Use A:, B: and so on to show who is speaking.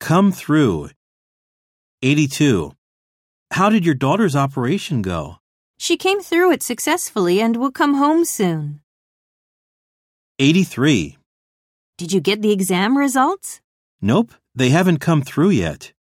A: Come through. 82. How did your daughter's operation go?
B: She came through it successfully and will come home soon.
A: 83.
B: Did you get the exam results?
A: Nope, they haven't come through yet.